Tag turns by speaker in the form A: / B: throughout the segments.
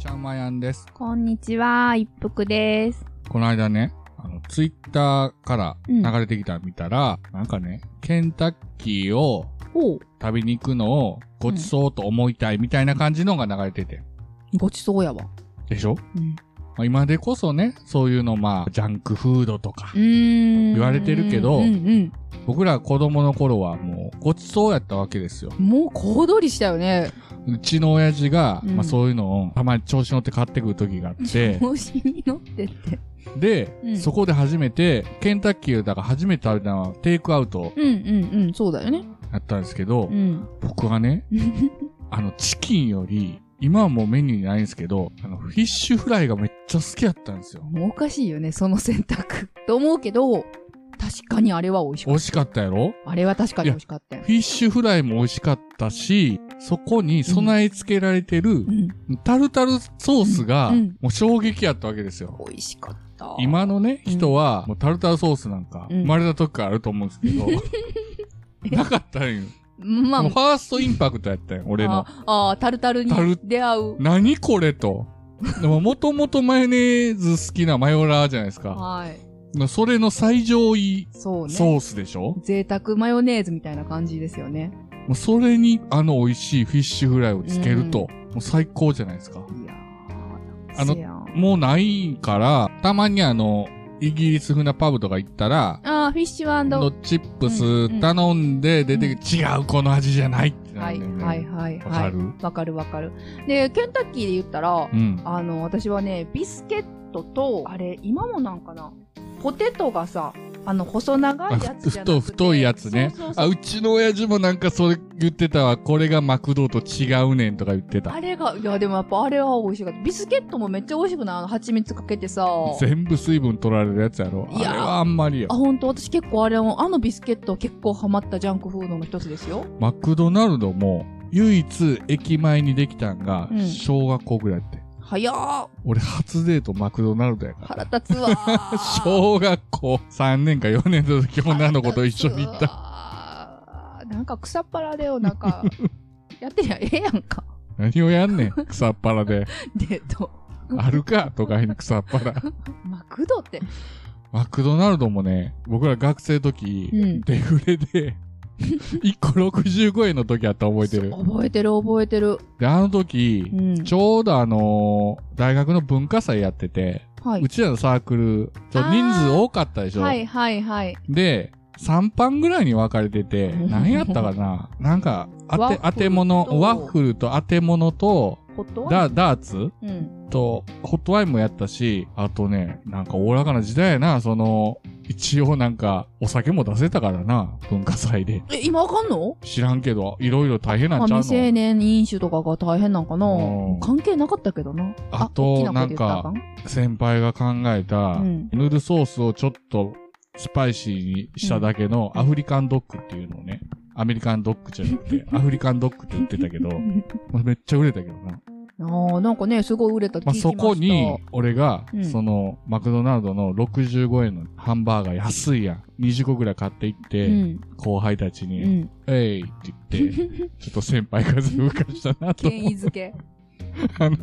A: ちゃんまやんです。
B: こんにちは、一服です。
A: この間ね、あの、ツイッターから
B: うん
A: 流れてきたの見たら、なんかね、ケンタッキーを
B: おう、
A: 食べに行くのをごちそうと思いたいみたいな感じのが流れてて。
B: ごちそうやわ。
A: でしょ
B: うん。
A: まあ今でこそね、そういうのまあ、ジャンクフードとか、
B: ん
A: 言われてるけど
B: うんうん。
A: 僕ら子供の頃はもうごちそうやったわけですよ。
B: もう小躍りしたよね。
A: うちの親父が、
B: うん
A: まあそういうのをたまに調子乗って買ってくる時があって、
B: 調子に乗ってって。
A: で、
B: うん
A: そこで初めて、ケンタッキーをだから初めて食べたのはテイクアウト
B: うんうんうん、そうだよね。
A: やったんですけど、
B: うん。
A: 僕は ね、あの、チキンより、今はもうメニューにないんですけど、あの、フィッシュフライがめっちゃ好きやったんですよ。
B: もうおかしいよね、その選択。と思うけど、確かにあれは美味しか
A: 美
B: っ
A: 味しかったやろ
B: た。あれは確かに美味しかったよ
A: フ。ィッシュフライも美味しかったし、そこに備え付けられてる
B: う、ん。
A: タルタルソースが
B: うんうん、
A: もう衝撃やったわけですよ。
B: 美味しかった。
A: 今のね、
B: うん
A: 人は、もうタルタルソースなんか、
B: うん
A: 生まれた時からあると思うんです けど、なかったんよ。
B: まあ
A: もうフ、ァーストインパクトやったよ、俺の。
B: ああ、タルタルに
A: タル
B: 出会う。
A: 何これと。でも、もともとマヨネーズ好きなマヨラーじゃないですか。
B: はい。
A: それの最上位
B: そうね。
A: ソースでしょ
B: 贅沢マヨネーズみたいな感じですよね。
A: もうそれにあの美味しいフィッシュフライをつけると、もう最高じゃないですか。
B: いやー、
A: あの
B: せやん
A: もうないから、たまにあの、イギリス風なパブとか行ったら、
B: ああ、フィッシュ
A: の
B: は
A: チップ
B: うんうん
A: ス頼んで出てきて、違うこの味じゃないって
B: い
A: な
B: は
A: る
B: い
A: んだよね。
B: はいはい。
A: わかる
B: わかるわかる。で、ケンタッキーで言ったら
A: う、ん。
B: あの、私はね、ビスケットと、あれ、今もなんかな、ポテトがさ、あの、細長いやつじゃなくて
A: あふ太いやつね
B: そうそうそう
A: あ、うちの親父もなんかそれ言ってたわ。これがマクドと違うねんとか言って
B: あ
A: た。
B: れが、いや、でもやっぱあれは美味しかった。ビスケットもめっちゃ美味しくないあの、蜂蜜かけてさ。
A: 全部水分取られるやつやろ。あ
B: い
A: れ
B: や
A: はあんまりよ
B: あ、。ほんと、私結構あれも、あのビスケット結構ハマったジャンクフードの一つですよ。
A: マクドナルドも唯一駅前にできたんが
B: うん
A: 小学校ぐらいやって。
B: 早ー
A: 俺初デートマクドナルドやから。
B: 腹立つ わー。
A: 小学校3年か4年の時女の子と一緒に行っ た。
B: た。なんか草っ腹でよ、な んか、やってりゃええやんか。
A: 何をやんねん、草っ腹で。
B: デート。
A: あるか、都会に草っ腹。
B: マクドって。
A: マクドナルドもね、僕ら学生時、
B: うん
A: デフレ で、1個65円の時あった覚えてる。
B: 覚えてる覚えてる。
A: で、あの時
B: う、ん
A: ち。ょうどあのー大学の文化祭やってて、。
B: はいう
A: ちらのサークル、ちょ
B: あー
A: 人数多かったでしょ、
B: はいはいはい。
A: で、3班ぐらいに分かれてて、
B: うん
A: 何やったかななんか、当
B: ワッフ
A: て当
B: ル、と
A: て物、ワッフルと当て物と、
B: ホットワイン
A: ダダーツ
B: うん。
A: と、ホットワインもやったし、あとね、なんかおおらかな時代やな、その、一応なんか、お酒も出せたからな、文化祭で。
B: え、今あかんの
A: 知らんけど、いろいろ大変な
B: まあ、
A: んちゃう
B: 未成
A: の
B: 年飲酒とかが大変なんかな
A: うん
B: 関係なかったけどな。
A: あと
B: 大きこと言ったらあかん
A: 先輩が考えた、
B: うん
A: ヌールソースをちょっとスパイシーにしただけのアフリカンドッグっていうのをね、アメリカンドッグじゃな くて、アフリカンドッグって言ってたけど、まあめっちゃ売れたけどな。
B: ああ、なんかね、すごい売れたって
A: ま
B: 聞
A: あ、
B: きました。
A: そこに、俺が、
B: うん
A: その、マクドナルドの65円のハンバーガー安いやん。20個ぐらい買っていって、
B: うん、
A: 後輩たち
B: う
A: に、
B: ん。
A: えいって言って、 ちょっと先輩風吹かしたなと
B: 権
A: 思
B: 威
A: う。
B: づ け。
A: あの、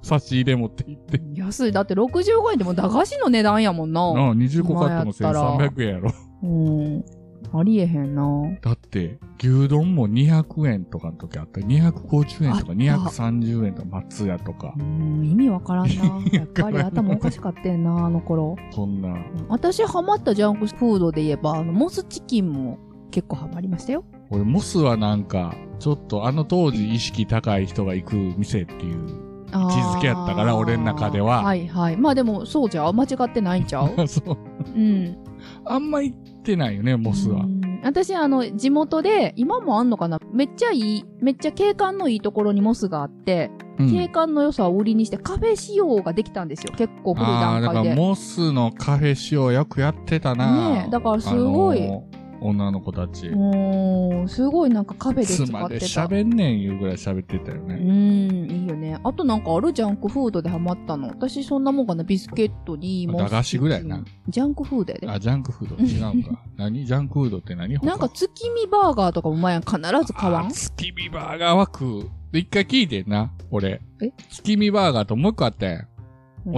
A: 差し入れ持って行って。
B: 安い。だって65円でも駄菓子の値段やもんな。
A: なあ、20個買っても
B: 今やったら
A: 1300円やろ。
B: うん。ありえへんな。
A: だって、牛丼も200円とかの時あった。250円とか230円とか、松屋とか
B: う。ん、意味わから んな。やっぱり頭おかしかったよな、あの頃。
A: そんな。
B: 私ハマったジャンクフードで言えば、あの、モスチキンも結構ハマりましたよ。
A: 俺、モスはなんか、ちょっとあの当時意識高い人が行く店っていう。
B: 位置
A: 置づけやったから俺の中では
B: はいはい。まあでも、そうじゃう間違ってないんち ゃう
A: そう。
B: うん。
A: あんま行ってないよね、モスは
B: う。ん私、あの、地元で、今もあんのかなめっちゃいい、めっちゃ景観のいいところにモスがあって、
A: うん
B: 景観の良さを売りにしてカフェ仕様ができたんですよ。結構古い
A: ああ、
B: 段
A: だか
B: 階
A: ら
B: で。
A: モスのカフェ仕様よくやってたな。
B: ねえだからすごい
A: あのー女の子たち。
B: もう、すごいなんかカフェで使
A: 妻
B: って
A: で
B: た。
A: 喋んねん言うぐらい喋ってたよ
B: う
A: ね。
B: ん、いいよね。あとなんかあるジャンクフードでハマったの。私そんなもんかな。ビスケットに、
A: 駄
B: モス
A: 菓子ぐらいな。
B: ジャンクフードやで。
A: あ、ジャンクフード違う か。何ジャンクフードって何
B: なんか、月見バーガーとかも前やん必ず買わ
A: あ
B: ん
A: 月見バーガーは食う。で、一回聞いてんな、俺。
B: え
A: 月見バーガーともう一個あったやん。
B: うん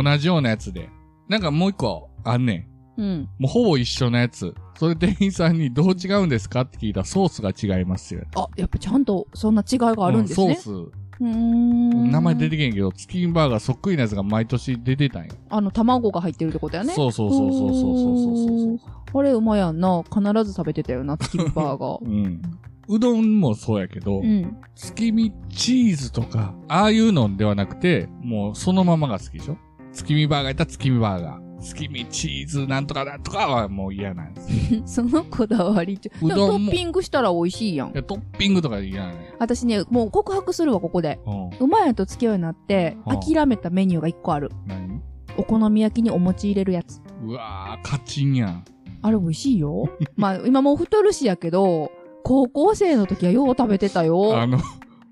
A: 同じようなやつで。なんかもう一個あんねん。
B: うん。
A: もうほぼ一緒のやつ。それ店員さんにどう違うんですかって聞いたらソースが違いますよ。
B: あ、やっぱちゃんとそんな違いがあるんです
A: う
B: ね。
A: ソース。
B: うーん。
A: 名前出てけんけど、チキンバーガーそっくりなやつが毎年出てたんよ。
B: あの、卵が入ってるってことやね。
A: そうそうそうそうそうそうそう
B: あれ、うまやんな。必ず食べてたよな、月見バーガ
A: う。
B: ー。
A: うん。うどんもそうやけど、
B: うん。
A: 月見チーズとか、ああいうのではなくて、もうそのままが好きでしょ月見バーガーやったら月見バーガー。月見チーズなんとかなんとかはもう嫌なんです。い
B: そのこだわりちょ。
A: う
B: でも
A: ど
B: ト
A: んも
B: ッピングしたら美味しいやん。
A: やトッピングとか嫌なんや。
B: 私ね、もう告白するわ、ここで。
A: うん。
B: うまやんと付き合いになって、
A: はあ
B: 諦めたメニューが一個ある。
A: 何
B: お好み焼きにお餅入れるやつ。
A: うわぁ、カチンやん。
B: あれ美味し いよ。まあ、今もう太るしやけど、高校生の時はよう食べてた
A: あ
B: よ。
A: の、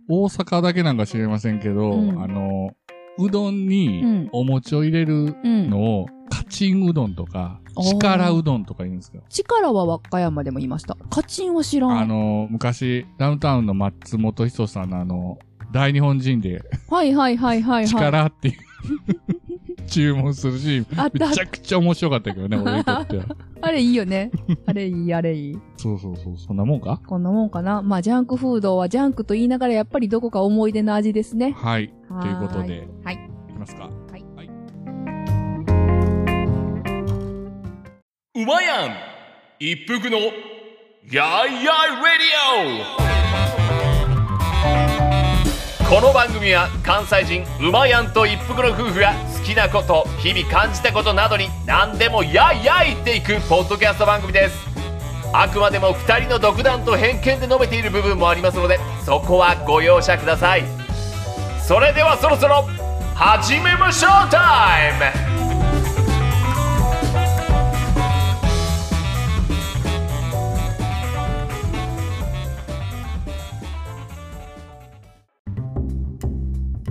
A: 大阪だけなんか知りませんけど、
B: うん
A: あの、うどんに
B: うん
A: お餅を入れる
B: うん。
A: のを、カチンうどんとか
B: あ、ー
A: 力うどんとか言うんですけど、
B: 力は和歌山でも言いました。カチンは知ら
A: あ
B: ん。
A: の、昔、ダウンタウンの松本人志さんのあの、大日本人で、
B: はいはいはいはいはい。
A: 力っていう、注文する し、
B: あった
A: めちゃくちゃ面白かったけどね、俺にと っては。
B: あれいいよね。あれいい、あれいい。
A: そうそうそう、そんなもんか
B: こんなもんかな。まあ、ジャンクフードはジャンクと言いながら、やっぱりどこか思い出の味ですね。
A: はい、
B: と
A: ということ。で、
B: はい。
A: いきますか。
B: はい。
C: うまやん一服のやいやいレディオこの番組は関西人うまやんと一服の夫婦が好きなこと日々感じたことなどに何でもやいやい言っていくポッドキャスト番組ですあくまでも2人の独断と偏見で述べている部分もありますのでそこはご容赦くださいそれではそろそろ始めましょうタイム
A: と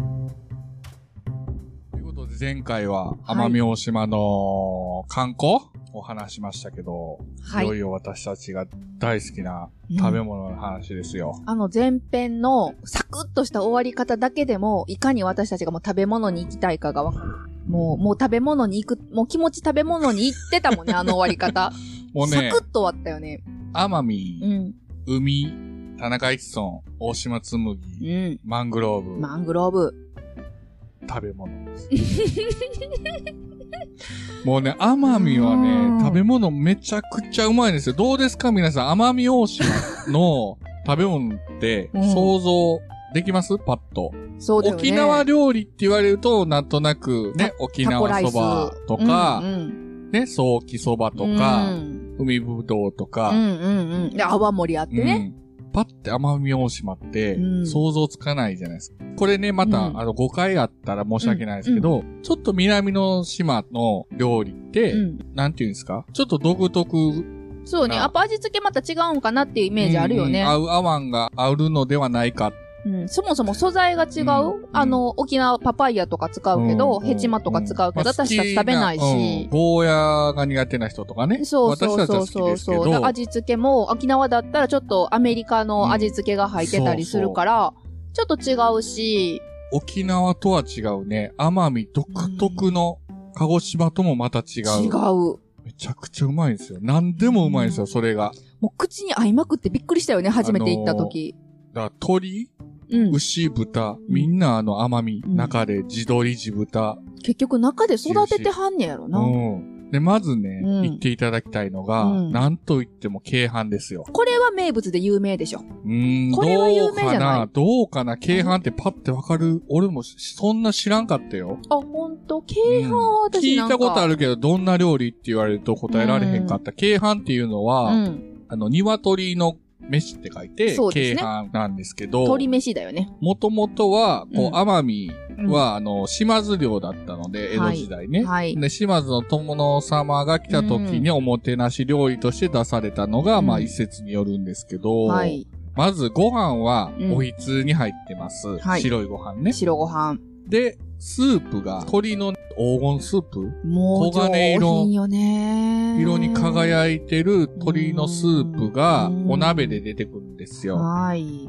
A: いうことで、前回は奄美大島の観光お話しましたけど、、
B: はい
A: よ
B: い。
A: いよ私たちが大好きな食べ物の話ですよ。
B: あの前編のサクッとした終わり方だけでも、いかに私たちがもう食べ物に行きたいかがわかる。もう、もう食べ物に行く、もう気持ち食べ物に行ってた もんね、あの終わり方。
A: もうね
B: サ、クッと終わったよね。
A: 奄
B: う
A: 美、
B: ん。
A: 海、田中一村、大島紬、
B: うん。
A: マングローブ、
B: マングローブ。
A: 食べ物です。もうね、奄美は
B: うん
A: ね、食べ物めちゃくちゃうまいんですよ。どうですか皆さん、奄美大島の食べ物って
B: うん
A: 想像できますパッと。
B: そうだよね。
A: 沖縄料理って言われると、なんとなくね、沖
B: タコラ
A: 縄
B: イス
A: そばとか、
B: うんうん
A: ね、ソーキそばと
B: う
A: か、
B: ん
A: 海ぶどうと
B: う
A: か、
B: んうんうん。で、泡盛りあってね。
A: うんパッて奄美大島って
B: うん
A: 想像つかないじゃないですか。これね、また、
B: うん
A: あの、5回あったら申し訳ないですけど、ちょっと南の島の料理って、
B: うん。
A: なんていうんですかちょっと独特。
B: そうね。
A: な
B: やっぱ味付けまた違うんかなっていうイメージあるよね。
A: うん合う合わんが合うのではないか。
B: うん、そもそも素材が違う、
A: うん
B: あの、沖縄パパイヤとか使うけど、
A: うん
B: ヘチマとか使うけど、
A: まあ
B: 私たち食べない
A: 好きうん
B: し。
A: ゴーヤーが苦手な人とかね。
B: そうそうそ
A: 私
B: う
A: たちは好き
B: そう
A: ですけ
B: そ
A: ど
B: う。な味付けも、沖縄だったらちょっとアメリカの味付けが入ってたりするから、ちょっと違うし、
A: 沖縄とは違うね。奄美独特の鹿児島ともまた違
B: 違
A: う。
B: う。も
A: めちゃくちゃうまいんですよ。何でもうまいんですよ、それが。
B: う口に合いまくってびっくりしたよね、初めて行った時。
A: だから鳥、
B: うん。
A: 牛、豚、みんなあの奄美、
B: うん
A: 中で地鶏、地豚。
B: 結局中で育ててはんねやろ
A: う
B: な。
A: ん。で、まずね、
B: うん
A: 言っていただきたいのが、
B: うん
A: なんと言っても京阪ですよ。
B: これは名物で有名でしょ。
A: うーん、
B: これは有
A: どう
B: 名じゃ
A: か
B: ない
A: などうかな京阪ってパッてわかる俺もしそんな知らんかったよ。
B: あ、ほんと、京阪は
A: うん
B: 私
A: 聞
B: なん
A: いた
B: か、
A: ことあるけど、どんな料理って言われると答えられへんかった。京阪っていうのは、
B: うん。
A: あの、鶏の飯って書いて、
B: そうで
A: 京
B: すね
A: 阪なんですけど、
B: 鶏飯だよね。
A: もともとは、こう、
B: うん
A: 奄美
B: うん
A: は、あの、島津領だったので、江
B: は
A: 戸
B: い
A: 時代ね。
B: はい
A: で、島津の友様が来た時におもてなし料理として出されたのが、
B: うん
A: まあ一説によるんですけど、
B: はい。
A: まずご飯は
B: うん
A: おひつに入ってます。
B: はい
A: 白いご飯ね。
B: 白ご飯。
A: で、スープが鶏の黄金スープ
B: もう
A: 黄金色
B: 上品よね。
A: 色に
B: い
A: 輝いてる鶏のスープが
B: うん
A: お鍋で出てくるんですよ。
B: はい。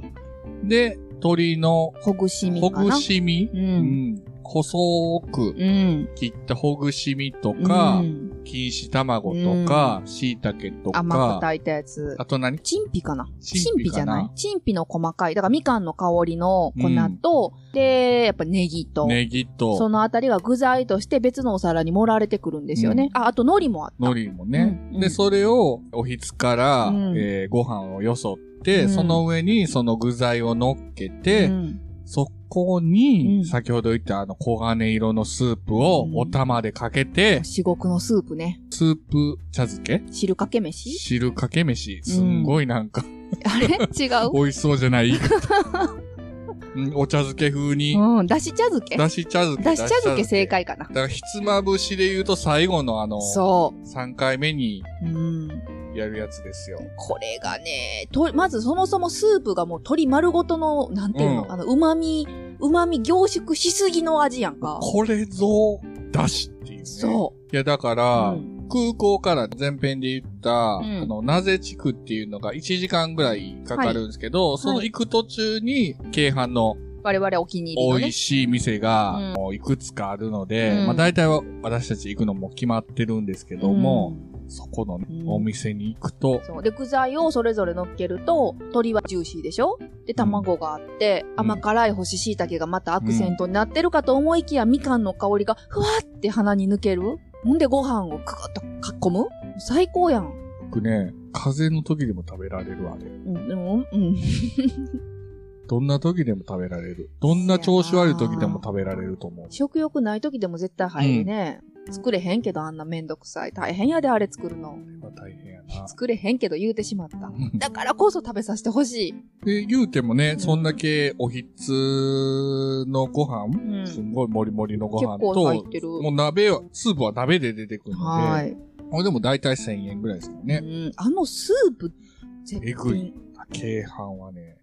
A: で、鶏の
B: ほぐしみ
A: ほ
B: かな
A: ぐ。しみ、
B: う。
A: うんん、細く
B: うん。
A: 切ったほぐしみと
B: う
A: か、
B: ん
A: 錦糸卵とか、椎茸と
B: 甘く
A: か、
B: 炊いたやつ。
A: あと何
B: チンピかな
A: チンピ
B: チンピじ
A: か
B: ゃ
A: な
B: ないチンピの細かい。だからみかんの香りの粉と、で、やっぱネギと。
A: ネギ
B: そ
A: と、
B: のあたりが具材として別のお皿に盛られてくるんですよね。あ、あと海苔もあった。
A: 海苔もね。
B: うんうん
A: で、それをおひつから、
B: うん
A: えーご飯をよそって、
B: うん
A: その上にその具材を乗っけて、
B: うん
A: そこ
B: う
A: に、
B: ん
A: 先ほど言ったあの黄金色のスープを
B: うん
A: お玉でかけて、
B: 至極のスープね。
A: スープ茶漬け
B: 汁かけ飯
A: 汁かけ飯。すんごいなんか、
B: あれ違う
A: 美味しそうじゃ ない言い方うんお茶漬け風に、
B: うん。だし茶漬け
A: だし茶漬け。
B: だし茶漬け正。解かな
A: だ。から、ひつまぶしで言うと最後のあの、
B: そ
A: 3回目に
B: う。うん。
A: やるやつですよ。
B: これがね、と、まずそもそもスープがもう鶏丸ごとの、なんていうの、
A: うん
B: あの、旨味、旨味凝縮しすぎの味やんか。
A: これぞ、だしっていうね。。
B: そう
A: いや、だか
B: う。
A: ら、
B: うん
A: 空港から前編で言った、
B: ん
A: あの、なぜ地区っていうのが1時間ぐらいかかるんですけど、その行く途中に、京阪の
B: 我々お気に入りの
A: 美
B: ね
A: 味。しい店が
B: うん、
A: もういくつかあるので、
B: うん
A: まあ大体は私たち行くのも決まってるんですけども、そこのね、
B: うん
A: お店に行くと
B: うん、そう。で、具材をそれぞれ乗っけると、鶏はジューシーでしょで、卵があって、甘辛い干し椎茸がまたアクセントになってるかと思いきや、みかんの香りがふわって鼻に抜ける。ほんで、ご飯をクーッとかっこむ最高やん。
A: 僕ね、風邪の時でも食べられるあれ。
B: うん、うん、うん。
A: どんな時でも食べられる。どんな調子悪い時でも食べられると思う。
B: 食欲ない時でも絶対入るね。作れへんけどあんなめんどくさい。大変やであれ作るの。
A: まあ大変やな。
B: 作れへんけど言うてしまった。だからこそ食べさせてほしい。
A: で、言うてもね、
B: ん
A: そんだけおひつのご飯、
B: うん
A: すんごいもりもりのご
B: 結
A: 飯
B: 構入
A: と
B: っ、てる。
A: もう鍋は、スープは鍋で出てくるの
B: は
A: で、
B: い、
A: これでも大体1000円ぐらいですよ
B: う
A: ね。
B: ん。あのスープ、絶
A: えぐ
B: 品。
A: 京阪はね、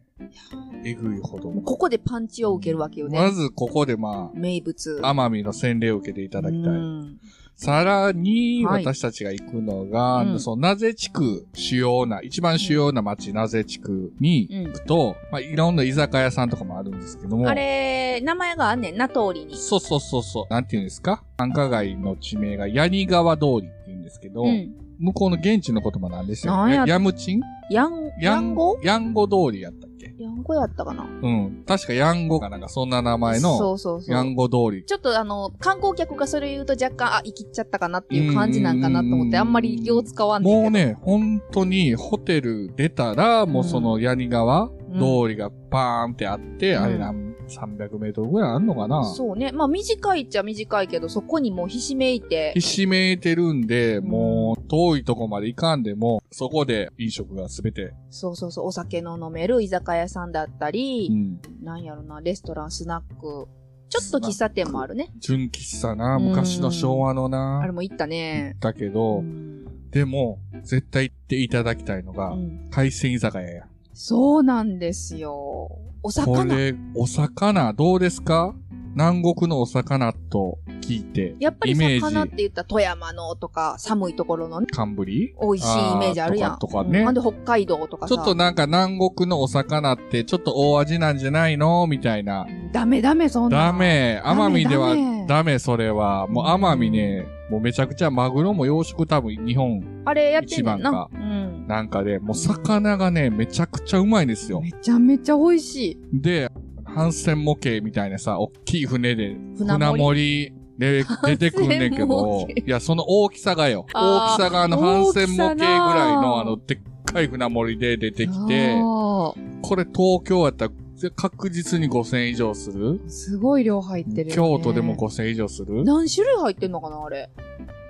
A: えぐいほど。
B: もうここでパンチを受けるわけよね。
A: まずここでま
B: 名物。
A: あ、奄美の洗礼を受けていただきた
B: う
A: い。
B: ん
A: さらに、
B: はい
A: 私たちが行くのが、
B: うん
A: そのなぜ地区、主要な、一番主要な町、なぜ地区に行くと、まあ、いろんな居酒屋さんとかもあるんですけども、
B: あれ、名前があんねんな、通りに。
A: そうそうそうそう。なんていうんですか繁華街の地名がヤニ川通りって言うんですけど、
B: うん。
A: 向こうの現地の言葉なんですよ。
B: なんや
A: やヤムチン
B: やん、やんご
A: ヤンゴ通りやったっけ
B: やんごやったかな
A: うん。確かヤンゴがなんかそんな名前
B: そ
A: の、
B: うそうそう。
A: ヤンゴ通り。
B: ちょっとあの、観光客がそれを言うと若干、あ、生きっちゃったかなっていう感じなんかなと思
A: う
B: っ
A: ん
B: て、あんまり気を使わんねんけど
A: もう、ね、本当にホテル出たら、もうそのヤニ川通りがバーンってあって、
B: うん
A: あれなん、300メートルぐらいあんのかな
B: そうね。まあ短いっちゃ短いけど、そこにもうひしめいて
A: ひ、しめいてるんで、もう遠いとこまで行かんでも、そこで飲食が全て、
B: そうそうそう、お酒の飲める居酒屋さんだった
A: う
B: り、
A: ん、
B: なんやろな、レストラン、スナック、ちょっと喫茶店もあるね。
A: 純喫茶な、
B: うん
A: 昔の昭和のな
B: あれ、も行ったね。
A: だけ
B: う
A: ど、
B: ん
A: でも、絶対行っていただきたいのが、
B: うん
A: 海鮮居酒屋や。
B: そうなんですよ。お
A: こ
B: 魚。
A: れ、お魚、どうですか南国のお魚と聞いて、
B: やっぱり
A: イメージ
B: 魚って言ったら富山のとか、寒いところのね、
A: 寒ぶり
B: 美味しいイメージあるや
A: あー
B: ん。
A: とかとかね
B: うんなんで北海道とか
A: ち
B: さ。
A: ょっとなんか南国のお魚ってちょっと大味なんじゃないのみたいな。
B: ダメダメ、そんな
A: ダ
B: ん。
A: メ。奄美では
B: ダメ
A: ダメ、それは。もう奄美ね、もうめちゃくちゃマグロも養殖多分日本
B: あれやってんねん
A: 一番
B: な
A: か。
B: うん。
A: なんかで、もう魚がね、めちゃくちゃうまいんですよ。
B: めちゃめちゃ美味しい。
A: で、帆船模型みたいなさ、おっきい船で、
B: 船
A: 船
B: 盛
A: 盛りで出てくんねんけ
B: 帆船模
A: ど、
B: 型
A: いや、その大きさがよ。
B: あー
A: 大きさがあの帆船模型ぐらいの
B: 大きさなー
A: あの、でっかい船盛りで出て
B: り
A: きて、
B: あ
A: これ東京やったら確実に5000以上する
B: ーすごい量入ってるよ、ね。
A: 京都でも5000以上する
B: 何種類入ってんのかなあれ。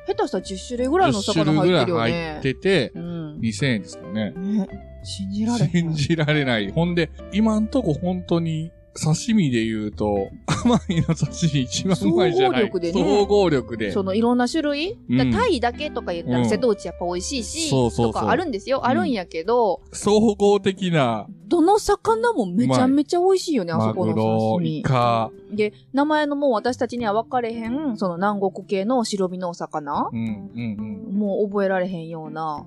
B: 下手したら10種類ぐらいの
A: ?10 種
B: 魚
A: 類ぐ
B: 入っ
A: ら
B: て
A: い
B: るよね。
A: 入ってて、
B: うん。
A: 2000円ですかね。
B: ね。信じられへ
A: 信
B: ん。
A: じられない。ほんで、今んとこ本当に、刺身で言うと、甘いの刺身一番うまいじゃない
B: 総合力でね
A: 総合力で。
B: そのいろんな種類、
A: うん
B: だタイだけとか言った
A: う
B: ら
A: ん
B: 瀬戸内やっぱ美味しいし、
A: そうそうそう
B: とかあるんですよ。あるんやけど、
A: 総合的な、
B: どの魚もめちゃめちゃ美味しいよね、あ
A: マ
B: そこ
A: グ
B: の
A: ロ、
B: 刺身。
A: イカ、
B: で、名前のもう私たちには分かれへん、その南国系の白身のお魚
A: うん、うん、
B: もう覚えられへんような。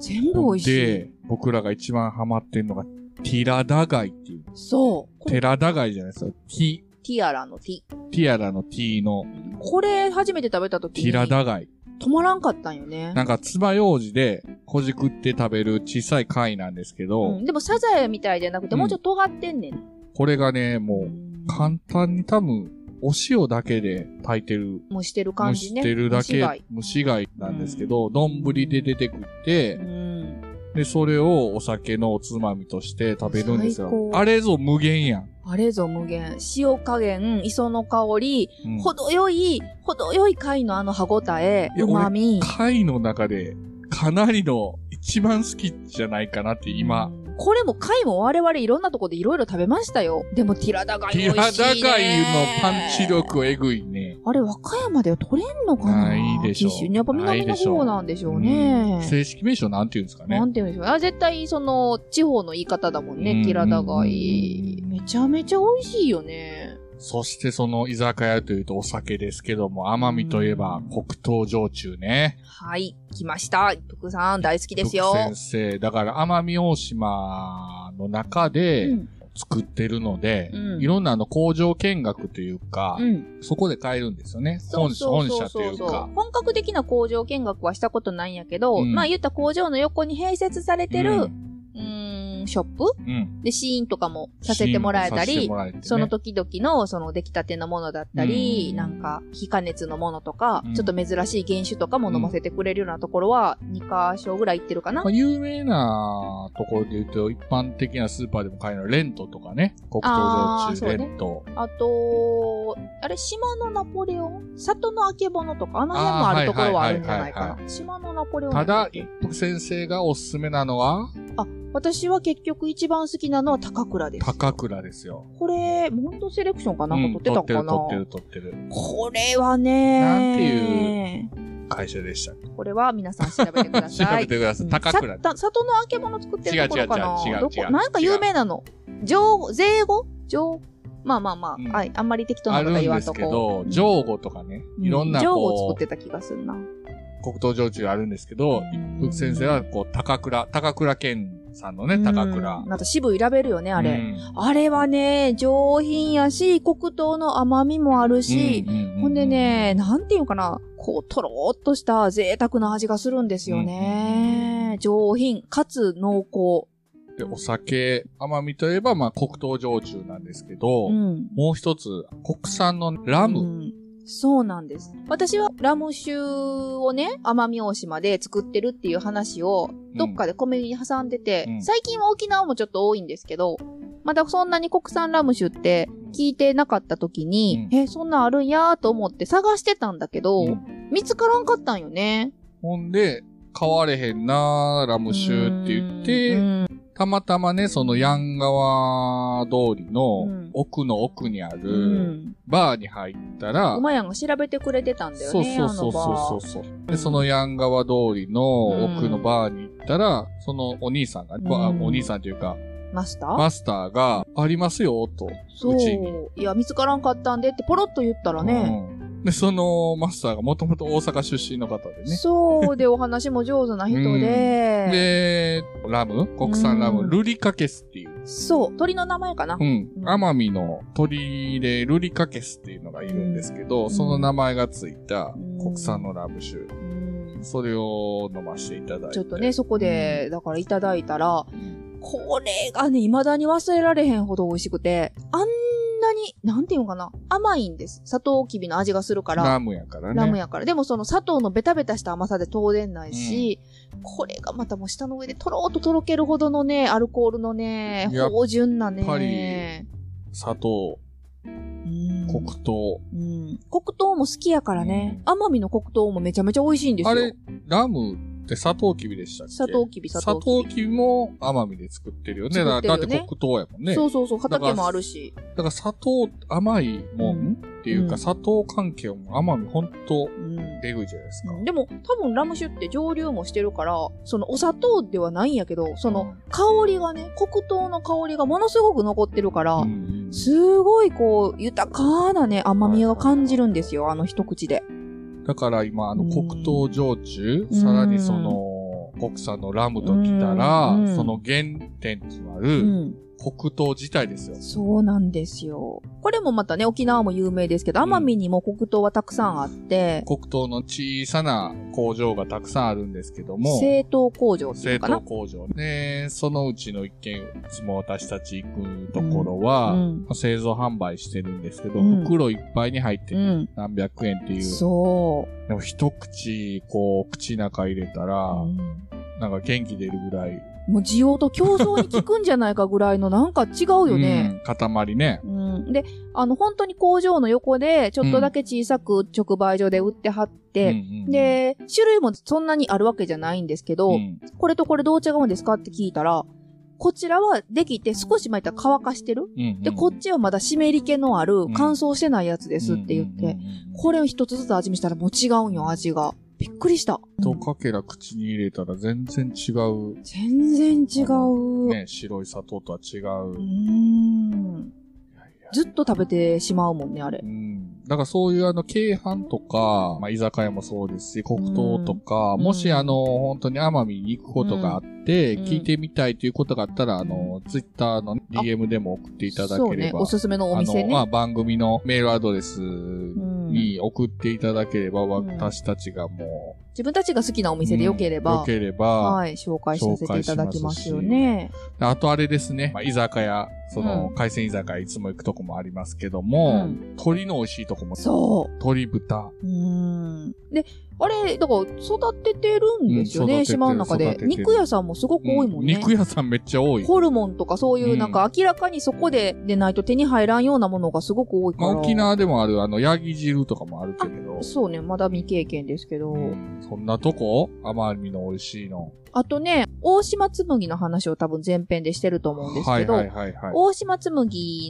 B: 全
A: う
B: 部
A: ん。
B: 美味しい。
A: で、僕らが一番ハマってんのが、ティラダガイっていう。
B: そう。これ
A: 寺田貝じゃないですか。テ
B: ティアラのティ。
A: ィ、ティアラの T の、
B: これ初めて食べた時
A: テ
B: に
A: ィラ
B: 止
A: ダ貝。
B: まらんかったんよね。
A: なんか、爪楊枝で、こじくって食べる小さい貝なんですけど、
B: うん、でもサザエみたいじゃなくて、
A: うん
B: もうちょっと尖ってんねん。
A: これがね、もう、簡単に多分、お塩だけで炊いてる、
B: 蒸してる感
A: 蒸
B: じ
A: し
B: ね。
A: てるだけ
B: 虫貝、
A: 蒸し貝なんですけど、丼で出てくって
B: う、ん。
A: で、それをお酒のおつまみとして食べるんです
B: 最
A: よ
B: 高。
A: あれぞ無限やん。
B: あれぞ無限。塩加減、磯の香り、
A: うん
B: 程よい、程よい貝のあの歯ごたえ
A: い、や
B: 旨味。
A: 貝の中で、かなりの一番好きじゃないかなって今、
B: これも貝も我々いろんなとこでいろいろ食べましたよ。でもティラダ貝
A: テ
B: 美
A: ィラ
B: 味しい、ね。
A: ダ貝のパンチ。力えぐいね。
B: あれ、和歌山では取れんのかな
A: ないでしょう
B: 九州にやっぱ南の方なんでしょう
A: うん
B: ね。
A: 正式名称なんて言うんですかね
B: な。んて言うんでしょう。あ、絶対、その、地方の言い方だもん
A: うん
B: ね、ティラダ貝。めちゃめちゃ美味しいよね。
A: そしてその居酒屋というとお酒ですけども、奄美といえば黒糖焼酎ね。
B: はい、来ました。一服さん、大好きですよ。
A: 先生、だから奄美大島の中
B: う
A: で
B: ん。
A: 作ってるので、
B: うん
A: いろんなあの工場見学というか、
B: うん。
A: そこで買えるんですよね。
B: そ
A: 本
B: う
A: 社、
B: そう
A: 本
B: そ
A: 社
B: う
A: とい
B: そう
A: う
B: そう
A: か。
B: 本格的な工場見学はしたことないんやけど、
A: うん
B: まあ言った工場の横に併設されてる、
A: う
B: うんーん、ショップ
A: うん。
B: で、試飲とかもさせてもらえた
A: させて
B: り
A: も、らえてね
B: その時々の、その出来たてのものだったり、
A: うん
B: なんか、非加熱のものとか、
A: うん
B: ちょっと珍しい原酒とかも飲ませてくれるようなところは、2箇所ぐらい行ってるかな。
A: まあ、有名なところで言うと、一般的なスーパーでも買えるのはレントとかね。黒糖
B: あー
A: 焼
B: そ
A: 酎、
B: うね
A: レント。
B: あと、あれ、島のナポレオン里のあけぼのとか、あの辺もあるところはあるんじゃない
A: あーはいはい
B: かな。島のナポレオンや
A: た
B: った
A: だ
B: っ、け
A: 一服先生がおすすめなのは、
B: 私は結局一番好きなのは高倉です。
A: 高倉ですよ。
B: これ、モンドセレクションかなんか撮ってた
A: うん
B: かな、
A: 撮ってる撮ってる撮ってる
B: これはね
A: なんて
B: てい
A: 会社でした。
B: う。これは皆さん調べてくだ
A: 調
B: さい
A: べ。てください。高倉。
B: さ里のあけぼの作ってるところかな
A: 違う違う違う違う
B: ど
A: 違う
B: こなんか有名なの上、税後上、まあまあまあ、
A: うん
B: はい。あんまり適当
A: あ
B: な
A: る
B: こと
A: ん
B: は言わ
A: で
B: ん
A: す
B: と
A: け
B: こ。
A: ど、上後とかね、いろんな
B: 上を
A: こ
B: 作っ
A: う、
B: てた気がするな。
A: 黒糖焼酎あるんですけど、一服先生はこう、高倉、高倉健さんのね、高倉
B: うん。。また渋いラベルよね、あれ。
A: うん、
B: あれはね、上品やし、黒糖の甘みもあるし、
A: うん、うう
B: ほんでね、、なんていうかな、こう、とろーっとした贅沢な味がするんですよね。上品、かつ濃厚。
A: で、お酒、甘みといえば、まあ、黒糖焼酎なんですけど、
B: うん。
A: もう一つ、国産のラム。
B: うんそうなんです。私はラム酒をね、奄美大島で作ってるっていう話を、どっかで小耳に挟んでて、
A: うん
B: 最近は沖縄もちょっと多いんですけど、まだそんなに国産ラム酒って聞いてなかった時に、
A: うん
B: え、そんなんあるんやーと思って探してたんだけど、
A: うん
B: 見つからんかったんよね。
A: ほんで、買われへんなラム酒って言って、
B: うん
A: たまたまね、そのヤン川通り
B: う
A: の
B: ん
A: 奥の奥にあ
B: う
A: る
B: ん。
A: バーに入ったら、
B: うまやんが調べてくれてたんだよ
A: そう
B: ね。
A: そうそうそうそうそう。で、そのヤン川通りの奥のバーに行ったら、そのお兄さんが、
B: ん
A: ばお兄さんというか、
B: う。マスター
A: マスターが、ありますよ、と、
B: そう
A: うちに。。
B: いや、見つからんかったんでってポロッと言ったらね、
A: うんで、そのマスターがもともと大阪出身の方でね。
B: そうで、お話も上手な人で、
A: で、ラム国産ラム、
B: うん
A: ルリカケスっていう。
B: そう、鳥の名前かな
A: う。ん。奄美の鳥でルリカケスっていうのがいるんですけど、
B: ん
A: その名前がついた
B: うん
A: 国産のラム酒。
B: うん
A: それを飲ませていただいて。
B: ちょっとね、そこで、だからいただいたら、
A: うん。
B: これがね、未だに忘れられへんほど美味しくて、あんなに、なんていうのかな、甘いんです。砂糖きびの味がするから。
A: ラムやからね。
B: ラムやから。でもその砂糖のベタベタした甘さで当然ないし、これがまたもう舌の上でとろーっととろけるほどのね、アルコールのね、
A: やっ
B: 芳醇な
A: ぱり
B: ね。
A: 砂糖、
B: うん
A: 黒糖。
B: うん。黒糖も好きやからね。
A: う
B: 奄美の黒糖もめちゃめちゃ美味しいんですよ。
A: あれ、ラムって砂糖キビでしたっけ
B: 砂糖きび、砂
A: 砂
B: 糖きび。
A: 糖キビも奄美で作ってるよね。
B: 作ってる
A: だ
B: よね
A: だって黒糖やもんね。。
B: そううそうそう、畑もあるし。
A: だから砂糖、甘いもん、
B: うん
A: っていうか、
B: うん
A: 砂糖関係も奄美ほんと、
B: うん
A: えぐいじゃないですか。
B: でも、多分ラム酒って蒸留もしてるから、そのお砂糖ではないんやけど、その香りがね、黒糖の香りがものすごく残ってるから、
A: うん、
B: すごいこう、豊かなね、甘みを感じるんですよ、あの一口で。
A: だから今、あの、
B: うん
A: 黒糖焼酎、
B: うん
A: さらにその、国産のラムときたら、
B: うん
A: その原点とな
B: う
A: る
B: ん。
A: 黒糖自体ですよ。
B: そうなんですよ。これもまたね、沖縄も有名ですけど、
A: ん
B: 奄美にも黒糖はたくさんあって、
A: 黒糖の小さな工場がたくさんあるんですけども、
B: 製糖工場っていう
A: 製
B: のか
A: 糖
B: な。
A: 工場。で、そのうちの一軒、いつも私たち行くところは、
B: うん
A: 製造販売してるんですけど、
B: うん
A: 袋いっぱいに入って
B: う
A: る
B: ん。
A: 何百円っていう。
B: そ
A: でも一口、こう、口中入れたら、
B: う。うん
A: なんか元気出るぐらい。
B: もう需要と競争に効くんじゃないかぐらいのなんか違うよね。
A: うん塊ね。
B: うん、で、あの、本当に工場の横で、ちょっとだけ小さく直売所で売ってはっ
A: うん
B: て、
A: うん、
B: で、種類もそんなにあるわけじゃないんですけど、
A: うん
B: これとこれどう違うんですかって聞いたら、こちらはできて少し前から乾かしてる。
A: うんうん
B: で、こっちはまだ湿り気のある
A: ん
B: 乾燥してないやつですって言って、
A: うんうんうんうん
B: これを一つずつ味見したらもう違うんよ、味が。びっくりした。
A: 一かけら口に入れたら全然違う。
B: 全然違う。
A: ね、白い砂糖とは違
B: うー
A: う。
B: ん。ずっと食べてしまうもんね、あれ
A: う。ん。だからそういうあの、京阪とか、まあ、居酒屋もそうですし、黒糖とか、
B: うん
A: もしあの、本当に奄美に行くことがあって、
B: うん
A: 聞いてみたいということがあったら、あの、ツイッターの DM でも送っていただければ。
B: そうね、おすすめのお
A: あ
B: 店
A: の、
B: ね。
A: まあ、番組のメールアドレス
B: うん
A: に送っていただければ、
B: ん
A: 私たちがもう、
B: 自分たちが好きなお店で良けれ
A: うん
B: ば、
A: 良ければ、
B: はい、紹介させていただきますよね。
A: あとあれですね、まあ、居酒屋、その、
B: う
A: 海鮮居酒屋いつも行くとこもありますけども、
B: う
A: 鶏の美味しいとこも、
B: そ
A: 鶏豚、
B: う。うーん。で、あれ、だから育ててるんですよ
A: うん育て
B: ね、
A: てる
B: 島の中で
A: 育。ててる
B: 肉屋さんもすごく多いもんね。
A: うん肉屋さんめっちゃ多い。
B: ホルモンとかそういううんなんか明らかにそこででないと手に入らんようなものがすごく多いか
A: まあ、
B: ら。
A: 沖縄でもある、あの、ヤギ汁とかもあるけれど、
B: そうね、まだ未経験ですけど。
A: うんそんなとこ奄美の美味しいの。
B: あとね、大島紬の話を多分前編でしてると思うんです
A: は
B: け
A: い
B: ど、
A: はいはいはい。
B: 大島紬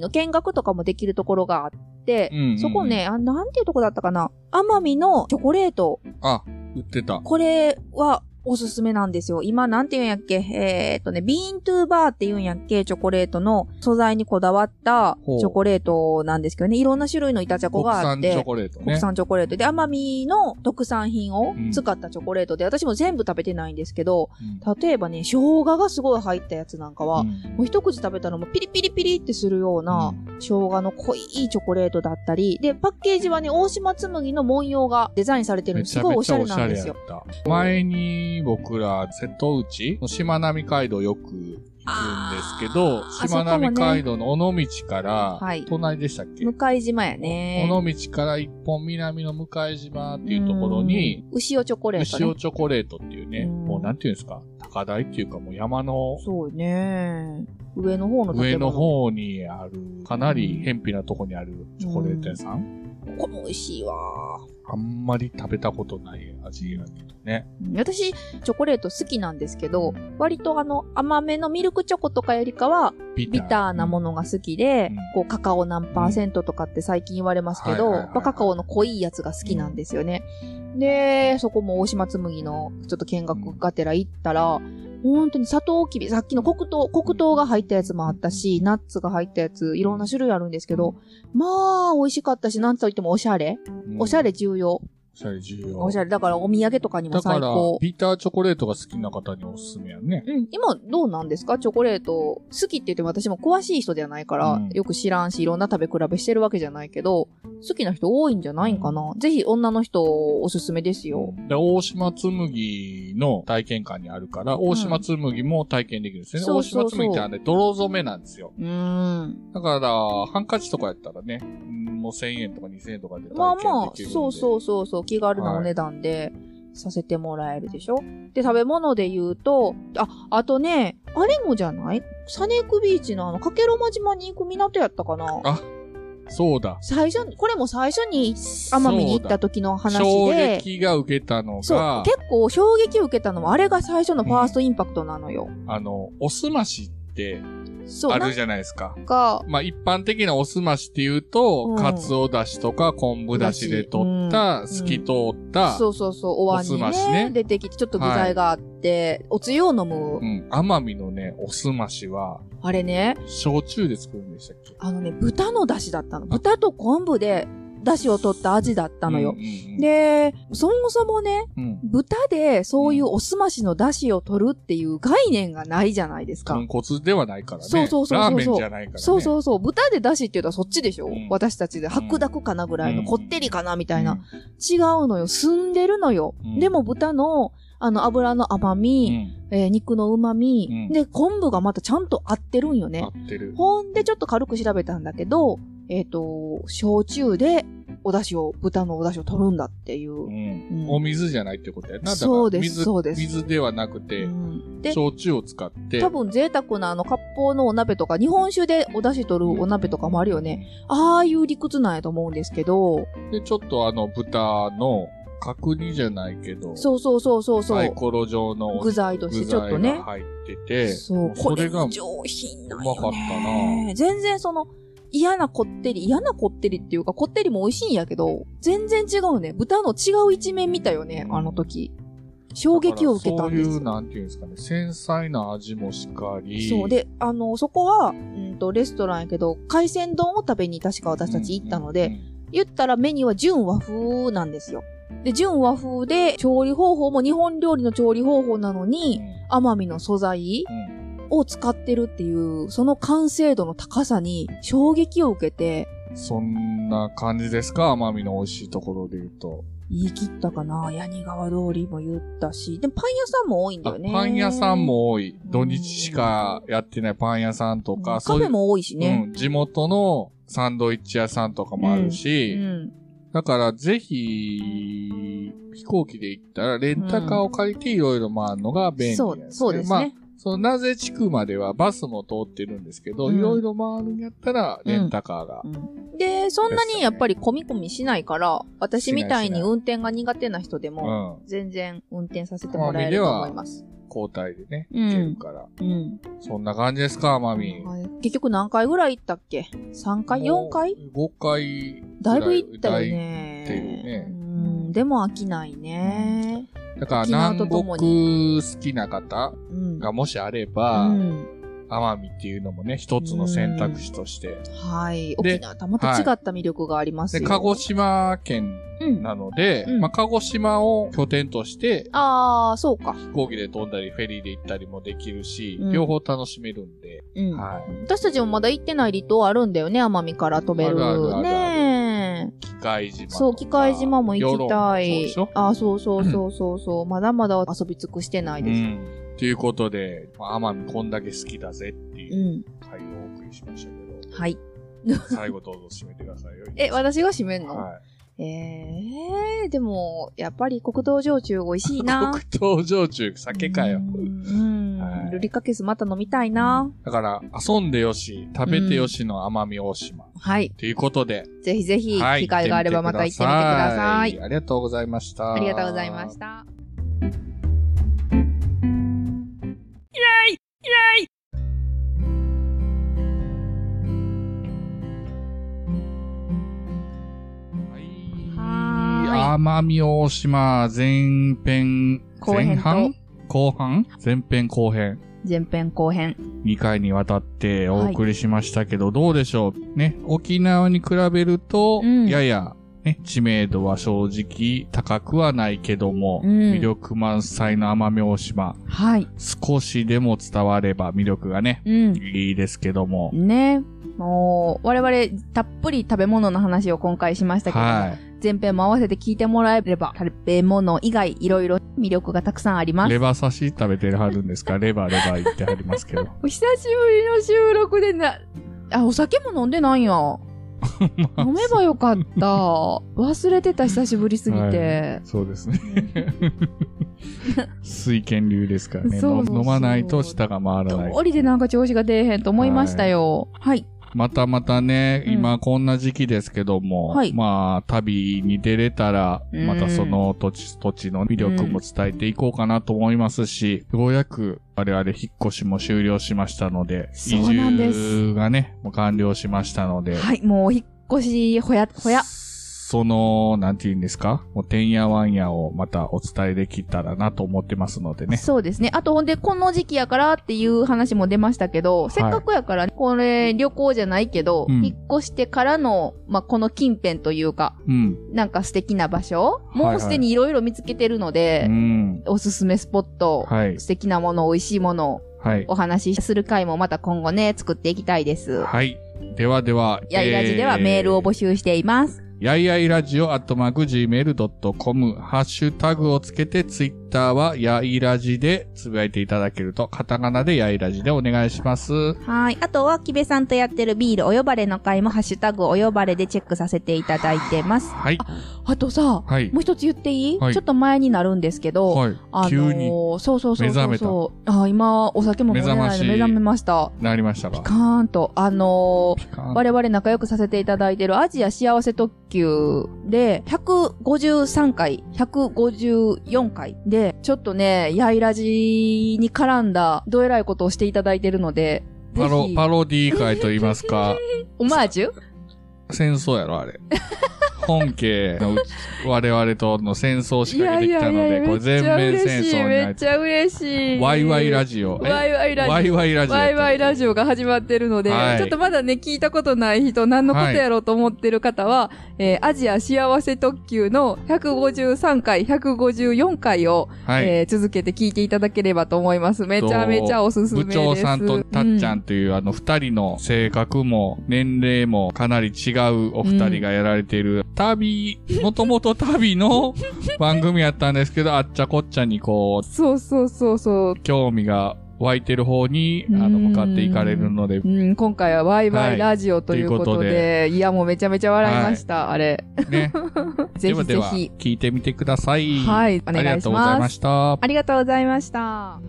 B: の見学とかもできるところがあって、
A: うんうんうん
B: そこね、あ、なんていうとこだったかな。奄美のチョコレート。
A: あ、売ってた。
B: これはおすすめなんですよ。今、なんて言うんやっけえーっとね、ビーントゥーバーって言うんやっけチョコレートの素材にこだわった
A: ほう
B: チョコレートなんですけどね。いろんな種類の板チョコ
A: 国
B: があっ
A: 産チ
B: て。
A: ョコレートね。
B: 国産チョコレートで、奄美の特産品を
A: うん
B: 使ったチョコレートで、私も全部食べてないんですけど、
A: うん
B: 例えばね、生姜がすごい入ったやつなんかは、
A: うん
B: もう一口食べたらもうピリピリピリってするような、生姜の濃いチョコレートだったり、で、パッケージはね、大島紬の文様がデザインされてる
A: め
B: の
A: ち
B: す
A: ゃ
B: ごい
A: め
B: お
A: ち
B: し
A: ゃ
B: ゃ
A: お
B: れ
A: し
B: な
A: ゃ
B: ん
A: れ
B: で
A: やっ
B: すよ。
A: た。前に僕ら瀬戸内のしまなみ海道よく行くんですけど
B: あ、ー
A: しまなみ海道の尾道か
B: あそこもねは
A: ら
B: い、
A: 隣でしたっけ、
B: 向島やね。
A: 尾道から一本南の向島っていうところに、
B: うん、牛尾チョコレート、
A: 牛尾
B: ね。
A: チョコレートっていうね、
B: うん
A: もうなんていうんですか、高台っていうかもう山の
B: そうね。上の方の建物。
A: 上の方にある、かなり偏僻なとこにあるチョコレート屋さん。
B: ここも美味しいわ。
A: あんまり食べたことない味だけどね。
B: うん私、チョコレート好きなんですけど、割とあの、甘めのミルクチョコとかよりかは、
A: ビ
B: ビターなものが好きで、
A: うん
B: こう、カカオ何パーセントとかって最近言われますけど、
A: はいはいはいはい
B: まあカカオの濃いやつが好きなんですよね。で、そこも大島紬のちょっと見学がてら行ったら、本当に砂糖きび、さっきの黒糖、黒糖が入ったやつもあったし、ナッツが入ったやつ、いろんな種類あるんですけど、まあ、美味しかったし、なんといってもおしゃれ。
A: うん
B: おしゃれ重要。
A: おしゃれ重要。
B: おしゃれ。だからお土産とかにも
A: だか
B: 最
A: ら
B: 高、。
A: ビターチョコレートが好きな方におすすめやね。
B: うん、今どうなんですかチョコレート好きって言っても私も詳しい人ではないから、
A: うん
B: よく知らんしいろんな食べ比べしてるわけじゃないけど好きな人多いんじゃないんかな、ぜひ女の人おすすめですよ、
A: で、大島紬の体験館にあるから、大島紬も体験できるんですよね。
B: そう
A: 大
B: そう
A: 島
B: そう
A: 紬ってあれ、泥染めなんですよ。
B: うーん
A: だから、ハンカチとかやったらね、うんもう1000円とか2000円とかで体験できるんで。。
B: まあまあそうそううそうそう気軽なお値段でさせてもらえるでしょ、で食べ物で言うとああとねあれもじゃないサネークビーチのあのかけろま島に行く港やったかな
A: あそうだ。
B: 最初にこれも最初に奄美に行った時の話で
A: 衝撃が受けたの
B: そう
A: が、、
B: 結構衝撃を受けたのは、あれが最初のファーストインパクトなのよ。
A: あの、おすましって
B: そう、
A: あ
B: な
A: る
B: ん
A: じゃないですか。
B: か、
A: まあ一般的なおすましっていうと、
B: うん
A: かつおだしとか昆布だしで取った、
B: だし
A: 透
B: うん
A: き通った、
B: そうそうそう、お椀に
A: お
B: ね
A: すましね
B: 出てきて、ちょっと具材があって、おつゆを飲む、
A: うん、奄美のね、おすましは、
B: あれね、
A: 焼酎で作るんでしたっけ
B: あのね、豚の出汁だったの。豚と昆布で、出汁を取った味だったの
A: う。
B: よ
A: んうんうん、
B: で、そもそもね、
A: うん、
B: 豚でそういうおすましの出汁を取るっていう概念がないじゃないですか。
A: 豚骨ではないからね。
B: そうそうそうそう
A: ラーメンじゃないからね。
B: そう
A: う。
B: そうそう。豚で出汁って言うとそっちでしょ、
A: うん
B: 私たちで白濁かなぐらいの、
A: うん
B: こってりかなみたいな。違うのよ。澄んでるのよ。
A: うん
B: でも豚の、あの、油の甘
A: うん。
B: み、えー肉の旨み、
A: うん
B: で、昆布がまたちゃんと合ってるんよ
A: うん合
B: ね。
A: ってる。
B: ほんで、ちょっと軽く調べたんだけど、えっ、と、焼酎でお出汁を、豚のお出汁を取るんだっていうう。
A: ん。
B: うん
A: お水じゃないってことやな。だから
B: そうです
A: 水
B: そうです
A: 水ではなくて
B: う、んで、
A: 焼酎を使って。
B: 多分贅沢なあの、割烹のお鍋とか、日本酒でお出汁取るお鍋とかもあるよね。ああいう理屈なんやと思うんですけど、
A: で、ちょっとあの、豚の角煮じゃないけど、
B: そうそうそうそうそ
A: サ
B: う
A: イ。コロ状の
B: 具材として
A: 具
B: ちょっと
A: 材
B: ね
A: が。入ってて、
B: そう、
A: そ
B: こ
A: れ
B: れ
A: が
B: が上品なん
A: うまか
B: よ
A: った
B: ね
A: な。
B: 全然その、嫌なこってり、嫌なこってりっていうか、こってりも美味しいんやけど、全然違うね。豚の違う一面見たよね、あの時。衝撃を受けた
A: だからそ
B: んです
A: ういう、
B: よ
A: なんていうんですかね、繊細な味もしかり。
B: そう。で、あの、そこは、うんと、レストランやけど、海鮮丼を食べに確か
A: うん、
B: 私たち行ったの
A: うん
B: で、、言ったらメニューは純和風なんですよ。で、純和風で、調理方法も日本料理の調理方法なの
A: う
B: に、
A: ん
B: 奄美の素材
A: うん
B: を使ってるっていう、その完成度の高さに衝撃を受けて、
A: そんな感じですか奄美の美味しいところで言うと。
B: 言い切ったかな柳川通りも言ったし、でもパン屋さんも多いんだ
A: あ
B: よね。
A: パン屋さんも多い。土日しかやってないパン屋さんと
B: うん
A: か、
B: カ
A: そう
B: フ
A: い
B: ェ
A: う、
B: も多いしね。
A: うん、地元のサンドイッチ屋さんとかもある
B: う
A: し、
B: ん。
A: だからぜひ、飛行機で行ったらレンタカーを借りていろいろ回るのが便利
B: そう
A: なん、
B: そうです
A: まあ
B: ね。
A: そのなぜ地区まではバスも通ってるんですけど、
B: うん
A: いろいろ回るんやったら、レンタカーが。
B: うんで、そんなにやっぱり込み込みしないから、私みたいに運転が苦手な人で
A: うん。
B: も、全然運転させてもらえると思います。
A: 交代でね、
B: うん
A: 行けるから。
B: うん。
A: そんな感じですか、マミー。
B: はい結局何回ぐらい行ったっけ ?3 回 ?4 回
A: ?5 回ぐら。
B: だいぶ行ったよ
A: だいぶ行ってる
B: ね
A: ね。
B: うん、でも飽きないね。
A: だから
B: 沖縄
A: 南
B: と
A: 国
B: とも
A: 好きな方
B: うん。
A: がもしあれ
B: う
A: ば、
B: ん、
A: 奄美っていうのもね、一つの選択肢として。
B: はい。
A: で
B: 沖縄とまた違った魅力があります
A: で、
B: よ。
A: 鹿児島県
B: うん。
A: なので、
B: うん
A: まあ、鹿児島を拠点として、
B: ああ、そうか。
A: 飛行機で飛んだり、フェリーで行ったりもできるし、
B: うん
A: 両方楽しめるんで、
B: うん。
A: はい。
B: 私たちもまだ行ってない離島あるんだよね、奄美から飛べる。
A: あるあるあるある
B: ねえ。
A: 機械島とか。
B: そう、機械島も行きた
A: そう
B: い。
A: でしょ
B: ああ、そうそうそうそうそう。まだまだ遊び尽くしてないうです。。
A: ん。ということで、まあ奄美こんだけ好きだぜっていううん回をお送りしましたけど、
B: はい。
A: 最後ど うぞ締めてくださいよ。
B: え、私が締めんの、
A: は
B: ええでも、やっぱり黒糖焼酎美味しい
A: い。
B: な。
A: 黒糖焼酎、酒かよ。
B: うん。
A: はい
B: ルリカケスまた飲みたいな。
A: だから、遊んでよし、食べてよしの奄美大島。
B: はい。
A: ということで、
B: ぜひぜひ、
A: はい
B: 機会があればまた行ってみてください。
A: ありがとうございました。
B: ありがとうございました。は
A: 奄美大島前編、
B: 後
A: 前
B: 編と
A: 半後半前編後編。
B: い。前編後編。
A: 2回にわたってお送りしましたけど、どうでしょうね。沖縄に比べると、
B: うん
A: やや、ね、知名度は正直高くはないけども、
B: うん
A: 魅力満載の奄美大島、
B: はい。
A: 少しでも伝われば魅力がね、
B: うん。
A: いいですけども。
B: ね。もう、我々、たっぷり食べ物の話を今回しましたけども、
A: は
B: 前編も合わせて聞いてもらえれば、食べ物以外、いろいろ魅力がたくさんありま
A: い。
B: す
A: レ。バ刺し食べてはるんですかレバーレバー言ってはります けど。
B: お久しぶりの収録でな、あ、お酒も飲んでな いんや。飲めばよかった。忘れてた、久しぶりすぎて。
A: そうですね。 水拳流ですからね。
B: そうそうそう
A: 飲まないと舌が回らない。
B: 通りでなんか調子が出えへんと思いましたよ。はい。
A: またまたね、
B: うん
A: 今こんな時期ですけども、
B: はい
A: まあ、旅に出れたら、
B: うん
A: またその土地、土地の魅力も伝えていこうかなと思いますし、ようやく我々引っ越しも終了しましたので、
B: そ
A: 移
B: うなんです
A: 住がね、もう完了しましたので、
B: はい、もうお引っ越し、ほや、ほや。
A: その、なんて言うんですかもう、てんやわんやをまたお伝えできたらなと思ってますのでね。
B: そうですね。あとほんで、この時期やからっていう話も出ましたけど、
A: い
B: せっかくやから、これ旅行じゃないけど、
A: うん
B: 引っ越してからの、まあ、この近辺というか、
A: うん。
B: なんか素敵な場所、
A: はい
B: もうすでにいろいろ見つけてるので
A: う、ん。
B: おすすめスポット、
A: はい。
B: 素敵なもの、美味しいもの、
A: はい。
B: お話しする回もまた今後ね、作っていきたいです。
A: はい。ではでは、
B: やりラジではメールを募集しています。
A: やいやいラジオアットマーク Gmail.com ハッシュタグをつけてツイッターはやいラジでつぶやいていただけるとカタカナでやいラジでお願いします。
B: はい。あとは、木部さんとやってるビールお呼ばれの回も、ハッシュタグお呼ばれでチェックさせていただいてます。
A: はい。
B: あとさ、
A: はい
B: も。う一つ言っていい、
A: はい
B: ちょっと前になるんですけど、
A: はい。
B: あのー
A: 急に
B: そうそうそうそうそう。あー今、お酒も飲んでないので目
A: 目覚まし
B: 覚めました。
A: なりましたか
B: カーンと、あのー
A: ピカーン
B: 我々仲良くさせていただいてるアジア幸せ特急で、153回、154回で、ちょっとね、ヤイラジに絡んだ、どえらいことをしていただいてるので、
A: パロ
B: ぜ、ひ
A: パロディー会と言います か、
B: オマージュ
A: 戦争やろ、あれ。本家のうち 我々との戦争を仕掛けてきたので、これ全面戦争にな
B: めっ
A: っ
B: ちゃ嬉しい。
A: ワイワイラ
B: ジ
A: ジオ。え
B: ワイワイラジオ
A: ワイワイラジオ。
B: ワイワイラジオが始まってるので、
A: はい
B: ちょっとまだね、聞いたことない人、何のことやろうと思ってる方は、えーアジア幸せ特急の153回、154回を、
A: はい。
B: えー続けて聞いていただければと思います。めちゃめちゃおすすめ
A: 部
B: です。
A: 長さんとたっちゃ
B: うん
A: という、あの二人の性格も年齢もかなり違うお二人がやられている、旅、もともと旅 の番組やったんですけど、あっちゃこっちゃにこう、
B: そうそうそうそう。
A: 興味が湧いてる方に、あの、
B: うん
A: 向かっていかれるので
B: う、ん、今回はワイワイラジオということで、
A: ということ
B: い、や、もうめちゃめちゃ笑いました、あれ。
A: ね。
B: ぜひ
A: で
B: ぜ
A: はで
B: ひ
A: は、。聞いてみてください。
B: はい、お
A: あり
B: 願
A: が
B: いし
A: とうござい
B: ま。
A: ますした。
B: ありがとうございました。